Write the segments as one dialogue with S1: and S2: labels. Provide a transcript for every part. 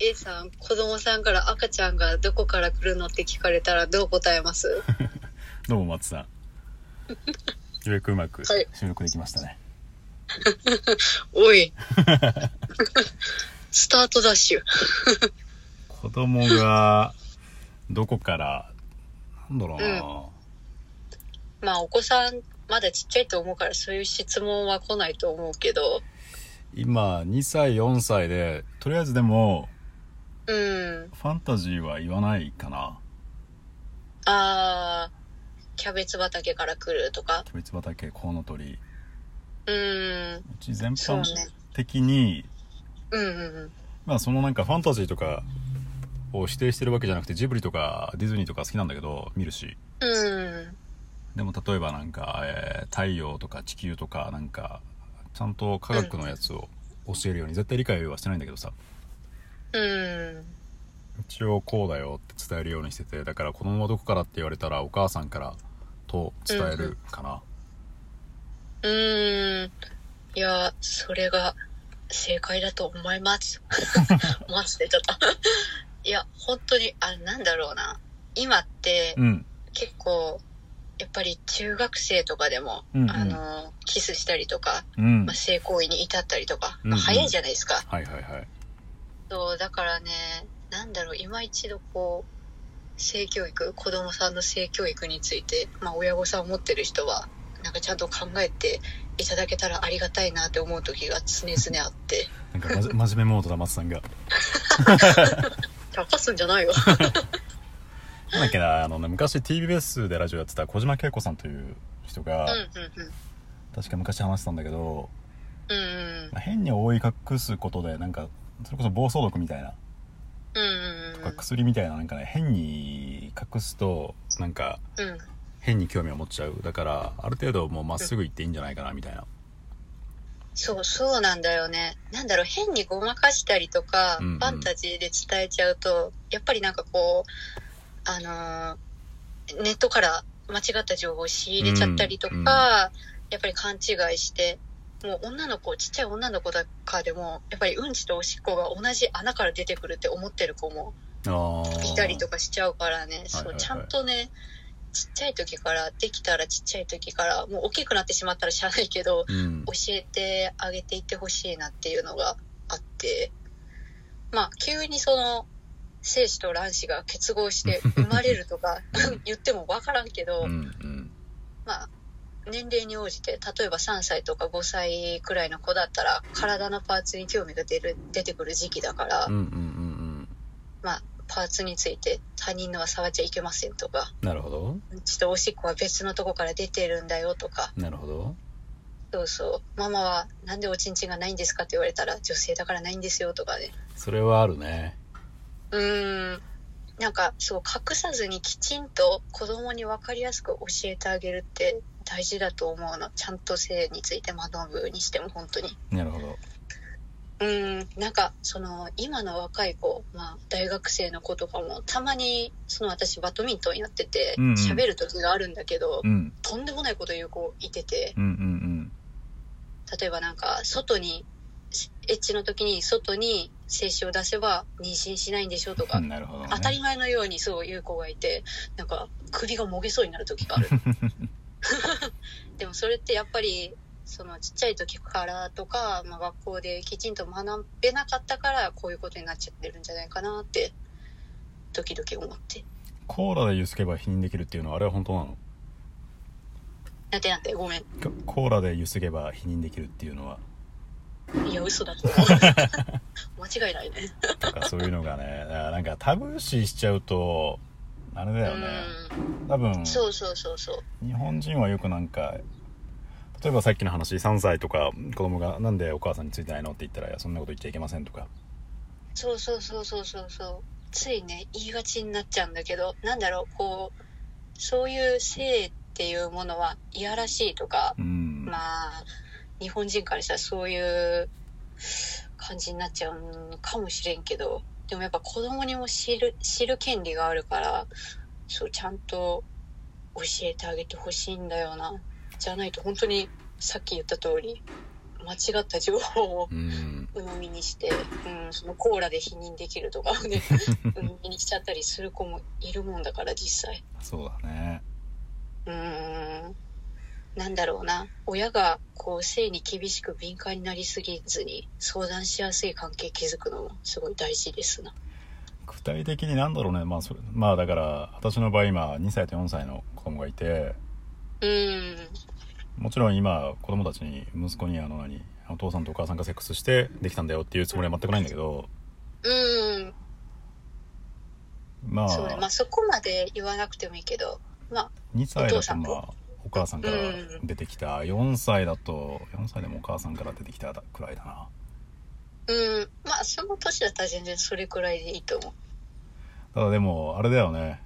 S1: A さん子供さんから赤ちゃんがどこから来るのって聞かれたらどう答えます
S2: どうも松さんようやくうまく
S1: はい
S2: 収録できましたね、
S1: お いスタートダッシュ
S2: 子供がどこからなんだろうな、
S1: まあお子さんまだちっちゃいと思うからそういう質問は来ないと思うけど
S2: 今2歳4歳でとりあえずでも
S1: うん
S2: ファンタジーは言わないかな
S1: あーキャベツ畑から来るとか
S2: キャベツ畑コウノトリう
S1: うん
S2: ち全
S1: そう
S2: 般
S1: ね
S2: 的に、
S1: うんうんうん
S2: まあそのなんかファンタジーとかを否定してるわけじゃなくてジブリとかディズニーとか好きなんだけど見るし
S1: うん
S2: でも例えばなんか、えー太陽とか地球とかなんかちゃんと科学のやつを教えるように絶対理解はしてないんだけどさ
S1: うん
S2: 一応こうだよって伝えるようにしててだから子供はどこからって言われたらお母さんからと伝えるかな、
S1: うんいやそれが正解だと思います マジでちょっといや本当にあなんだろうな今って
S2: うん
S1: 結構やっぱり中学生とかでも、
S2: うんうん
S1: あのキスしたりとか
S2: うん
S1: まあ、性行為に至ったりとか、
S2: うんうん
S1: 早いじゃないですか。
S2: はいはいはい
S1: そうだからね、なんだろう、今一度こう、性教育、子供さんの性教育について、まあ、親御さんを持ってる人は、なんかちゃんと考えていただけたらありがたいなって思う時が常々あって、
S2: なんかまじ 真面目モードだ松さんが
S1: ちゃかすんじゃないよ。
S2: なんだっけなあのね昔 TBS でラジオやってた小島慶子さんという人
S1: う
S2: が、
S1: んう
S2: 確か昔話してたんだけど、
S1: んうん。うん
S2: まあ変に覆い隠すことでなんかそれこそ暴走族みたいな
S1: うん。
S2: とか薬みたいななんかね変に隠すとなんか
S1: うんうん。うん。
S2: 変に興味を持っちゃうだからある程度もうまっすぐ行っていいんじゃないかなみたいな
S1: そう、そうなんだよね。なんだろう、変にごまかしたりとか、
S2: うんうん
S1: ファンタジーで伝えちゃうと、やっぱりなんかこう、あのーネットから間違った情報を仕入れちゃったりとか、
S2: うんうん
S1: やっぱり勘違いして、もう女の子、ちっちゃい女の子だからでも、やっぱりうんちとおしっこが同じ穴から出てくるって思ってる子も
S2: ああ
S1: いたりとかしちゃうからね、
S2: はい
S1: そ、
S2: はいうはい
S1: ちゃんとね、ちっちゃい時から、できたらちっちゃい時から、もう大きくなってしまったらしゃあないけど、
S2: うん
S1: 教えてあげていってほしいなっていうのがあってまあ急にその精子と卵子が結合して生まれると か言っても分からんけど、
S2: うんうん
S1: まあ年齢に応じて例えば3歳とか5歳くらいの子だったら体のパーツに興味が出る出てくる時期だから、
S2: うんうんうんうん
S1: まあパーツについて他人のは触っちゃいけませんとか
S2: なるほど
S1: ちょっとおしっこは別のとこから出てるんだよとか
S2: なるほど
S1: そうそうママは「なんでおちんちんがないんですか?」って言われたら「女性だからないんですよ」とかね
S2: それはあるね
S1: うーんなんかそう隠さずにきちんと子供に分かりやすく教えてあげるって大事だと思うのちゃんと性について学ぶにしても本当に
S2: なるほど
S1: うーんなんかその今の若い子、まあ、大学生の子とかもたまにその私バドミントンやってて
S2: うんうん
S1: 喋る時があるんだけど、
S2: うん
S1: とんでもないこと言う子いてて
S2: うんうん
S1: 例えばなんか外にエッチの時に外に精子を出せば妊娠しないんでしょと
S2: う
S1: か
S2: んなるほどね
S1: 当たり前のようにそういう子がいてなんか首がもげそうになる時が あるでもそれってやっぱりそのちっちゃい時からとか、まあ、学校できちんと学べなかったからこういうことになっちゃってるんじゃないかなって時々思って
S2: コーラでゆすけば否認できるっていうのはあれは本当なの
S1: なんてなんてごめん
S2: ココーラでゆすげば否認できるっていうのはい
S1: や嘘だと 思う間違いないね
S2: とかそういうのがねだからなんかタブー視しちゃうとあれだよね多
S1: う
S2: 分
S1: んそうそうそうそう
S2: 日本人はよくなんか例えばさっきの話3歳とか子供が「なんでお母さんについてないの?」って言ったらいや「そんなこと言っちゃいけません」とか
S1: そうそうそうそうそうそうついね言いがちになっちゃうんだけどなんだろうこうそういう性っていうものはいやらしいとか
S2: うん、
S1: まあ日本人からしたらそういう感じになっちゃうんかもしれんけどでもやっぱ子供にも知る知る権利があるからそうちゃんと教えてあげてほしいんだよなじゃないと本当にさっき言った通り間違った情報を
S2: うん
S1: 鵜呑みにして、うん、そのコーラで否認できるとかを ね鵜呑みにしちゃったりする子もいるもんだから実際
S2: そうだね
S1: うーんなんだろうな親がこう性に厳しく敏感になりすぎずに相談しやすい関係築くのもすごい大事ですな
S2: 具体的になんだろうねまあそれまあだから私の場合今2歳と4歳の子供がいて
S1: うーん
S2: もちろん今子供たちに息子にあの何お父さんとお母さんがセックスしてできたんだよっていうつもりは全くないんだけど
S1: うーん
S2: まあ
S1: そうねまあそこまで言わなくてもいいけどまあ
S2: 2歳
S1: お
S2: だ
S1: 父さ
S2: と
S1: んと
S2: まあお母さんから
S1: うん
S2: 出てきた4歳だと4歳でもお母さんから出てきたくらいだな
S1: うんまあその年だったら全然それくらいでいいと思
S2: ただでもあれだよね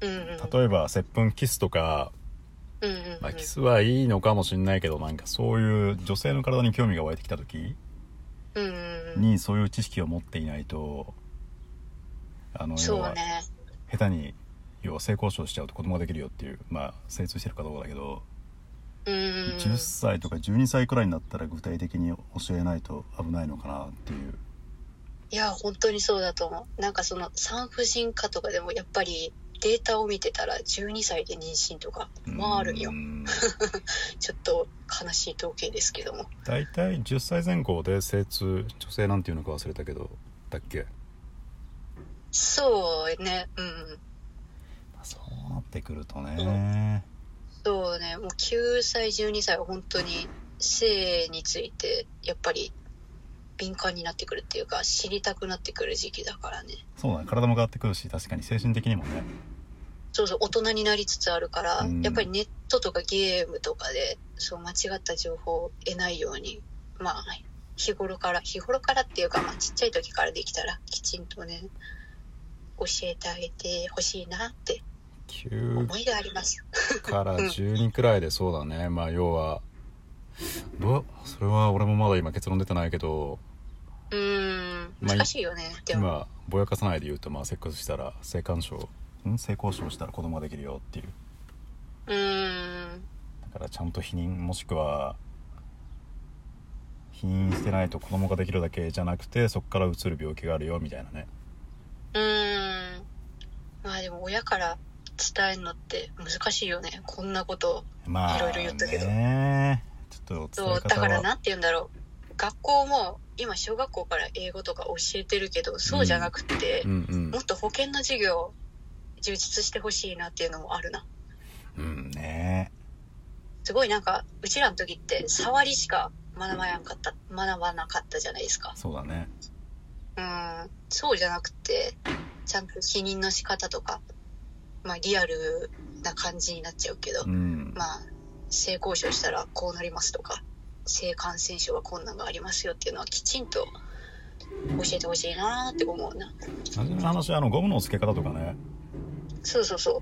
S1: ううんうん
S2: 例えば接吻キスとか、
S1: うんうんうん
S2: まあ、キスはいいのかもしんないけどなんかそういう女性の体に興味が湧いてきた時
S1: うんうんうん
S2: にそういう知識を持っていないとあの要
S1: そう
S2: は
S1: ね
S2: 下手に要は性交渉しちゃうと子供ができるよっていうまあ精通してるかどうかだけど
S1: うん
S2: 10歳とか12歳くらいになったら具体的に教えないと危ないのかなっていう
S1: いや本当にそうだと思うなんかその産婦人科とかでもやっぱりデータを見てたら12歳で妊娠とかまああるんよ
S2: うん
S1: ちょっと悲しい統計ですけども
S2: 大体10歳前後で精通女性なんていうのか忘れたけどだっけ
S1: そうねうん
S2: そうなってくるとね
S1: そうねもう9歳12歳は本当に性についてやっぱり敏感になってくるっていうか知りたくなってくる時期だからね
S2: そうだね体も変わってくるし確かに精神的にもね
S1: そうそう大人になりつつあるから、
S2: うん
S1: やっぱりネットとかゲームとかでそう間違った情報を得ないようにまあ日頃から日頃からっていうか、まあ、ちっちゃい時からできたらきちんとね教えてあげてほしいなって
S2: 9
S1: 思いがあります。
S2: から12くらいでそうだねまあ要はどうそれは俺もまだ今結論出てないけど
S1: うーん
S2: まあ
S1: 難しいよね、でも
S2: 今ぼやかさないで言うとまあセックスしたら性干渉ん性交渉したら子供ができるよっていう
S1: うーん
S2: だからちゃんと否認もしくは否認してないと子供ができるだけじゃなくてそこからうつる病気があるよみたいなね
S1: うーんまあでも親から伝えるのって難しいよねこんなこと
S2: まあ
S1: いろいろ言ったけど
S2: ねちょっと伝
S1: そう
S2: え
S1: だ
S2: 方
S1: から
S2: は
S1: なんて言うんだろう学校も今小学校から英語とか教えてるけどそうじゃなくって
S2: う、んうん
S1: もっと保険の授業充実してほしいなっていうのもあるな
S2: うんね
S1: すごいなんかうちらの時って触りしか学ばなかった学ばなかったじゃないですか
S2: そうだね
S1: うんそうじゃなくてちゃんと否認の仕方とかまあリアルな感じになっちゃうけど、
S2: うん
S1: まあ性交渉したらこうなりますとか性感染症はこんなんがありますよっていうのはきちんと教えてほしいなーって思うな
S2: 初めの話あのゴムの付け方とかね
S1: そうそうそ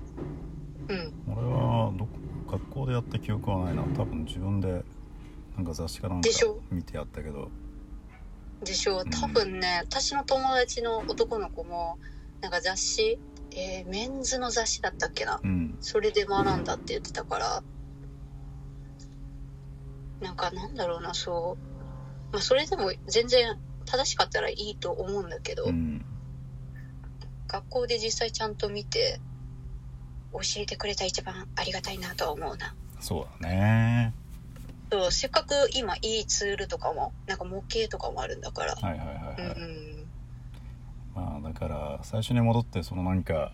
S1: ううん
S2: 俺はど学校でやった記憶はないな多分自分でなんか雑誌かなんか
S1: でしょ
S2: 見てやったけど
S1: でしょう多分ね私の友達の男の子もなんか雑誌えー、メンズの雑誌だったっけな
S2: うん
S1: それで学んだって言ってたからなんかなんだろうなそう、まあ、それでも全然正しかったらいいと思うんだけど、
S2: うん
S1: 学校で実際ちゃんと見て教えてくれた一番ありがたいなとは思うな
S2: そうだね
S1: そうせっかく今いいツールとかもなんか模型とかもあるんだから、
S2: はいはいはいはい、
S1: うんうん
S2: まあだから最初に戻ってそのなんか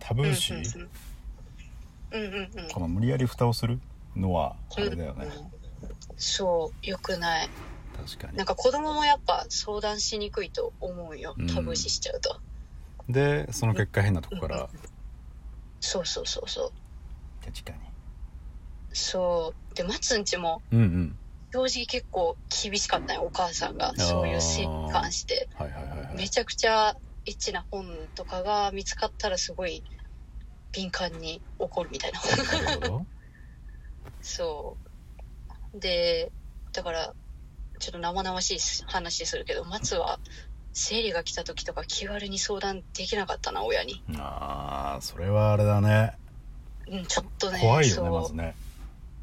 S2: タ
S1: う
S2: ブ
S1: んうん
S2: ー視、
S1: うんうんうん
S2: この無理やり蓋をするのはあれだよね、
S1: うんそうよくない
S2: 確か
S1: なんか子供もやっぱ相談しにくいと思うよ
S2: うん
S1: タブー視しちゃうと、
S2: にでその結果変なとこから
S1: そうそうそうそう
S2: 確か
S1: そうで松んちも
S2: にうんうん
S1: 正直結構厳しかったよお母さんがそういう性に関して
S2: はいはいはいは
S1: め
S2: い
S1: ちゃくちゃエッチな本とかが見つかったらすごい敏感に怒るみた いな
S2: なるほど
S1: そうでだからちょっと生々しい話するけど松は生理が来た時とか気軽に相談できなかったな親に、
S2: あーそれはあれだね
S1: うん、ちょっとね
S2: 怖いよ
S1: そ
S2: ね
S1: う
S2: まずね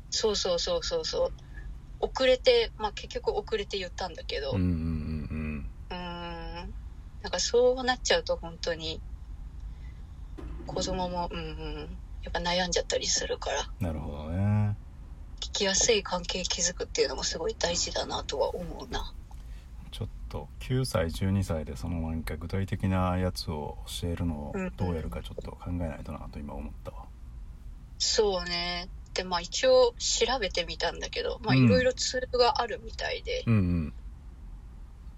S1: そうそうそうそうそう遅れて、まあ、結局遅れて言ったんだけど、
S2: うん
S1: う
S2: う
S1: ん
S2: うん
S1: ーんなんかそうなっちゃうと本当に子供もうんうんやっぱ悩んじゃったりするから
S2: うんなるほどね
S1: 聞きやすい関係築くっていうのもすごい大事だなとは思うな
S2: ちょっと9歳12歳でそのなんか具体的なやつを教えるのを
S1: うん
S2: どうやるかちょっと考えないとなと今思ったわ
S1: そうねでまあ一応調べてみたんだけどまあ
S2: うん
S1: いろいろツールがあるみたいで、
S2: うん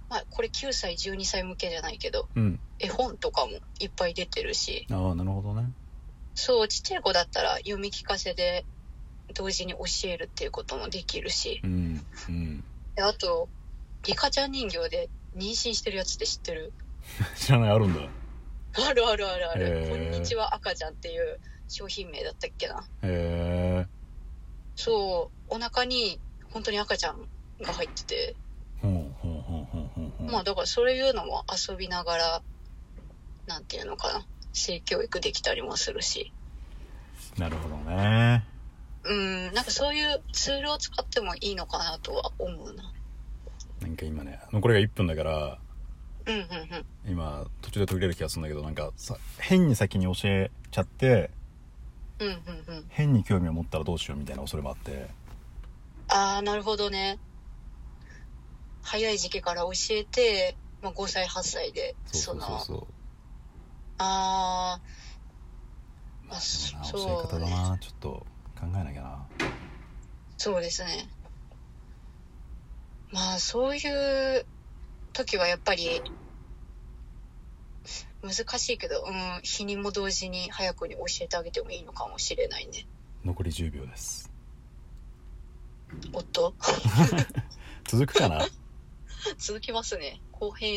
S1: まあこれ9歳12歳向けじゃないけど
S2: うんうん
S1: 絵本とかもいっぱい出てるし
S2: ああなるほどね
S1: そうちっちゃい子だったら読み聞かせで同時に教えるっていうこともできるし
S2: うんうん
S1: であとリカちゃん人形で妊娠してるやつって知ってる
S2: 知らないあるんだへ
S1: あるあるあるある
S2: へ
S1: 「
S2: ー
S1: こんにちは赤ちゃん」っていう商品名だったっけな
S2: え
S1: そうお腹に本当に赤ちゃんが入ってて
S2: ほうほうほうほうほうほう
S1: まあだからそういうのも遊びながらなんていうのかな性教育できたりもするし
S2: なるほどね
S1: うんなんかそういうツールを使ってもいいのかなとは思うな
S2: なんか今ね残りが1分だから
S1: うんうんうん
S2: 今途中で途切れる気がするんだけどなんかさ変に先に教えちゃって
S1: うんうんうん
S2: 変に興味を持ったらどうしようみたいな恐れもあって
S1: ああなるほどね早い時期から教えて、まあ、5歳8歳で
S2: そ
S1: そうの
S2: そうそうそう
S1: あ
S2: まあ
S1: そ
S2: でもな
S1: そう
S2: 教え方だなちょっと考えなきゃな
S1: あそうですねまあそういう時はやっぱり難しいけど、うん、否認も同時に早くに教えてあげてもいいのかもしれないね
S2: 残り10秒です
S1: おっと
S2: 続くかな
S1: 続きますね後編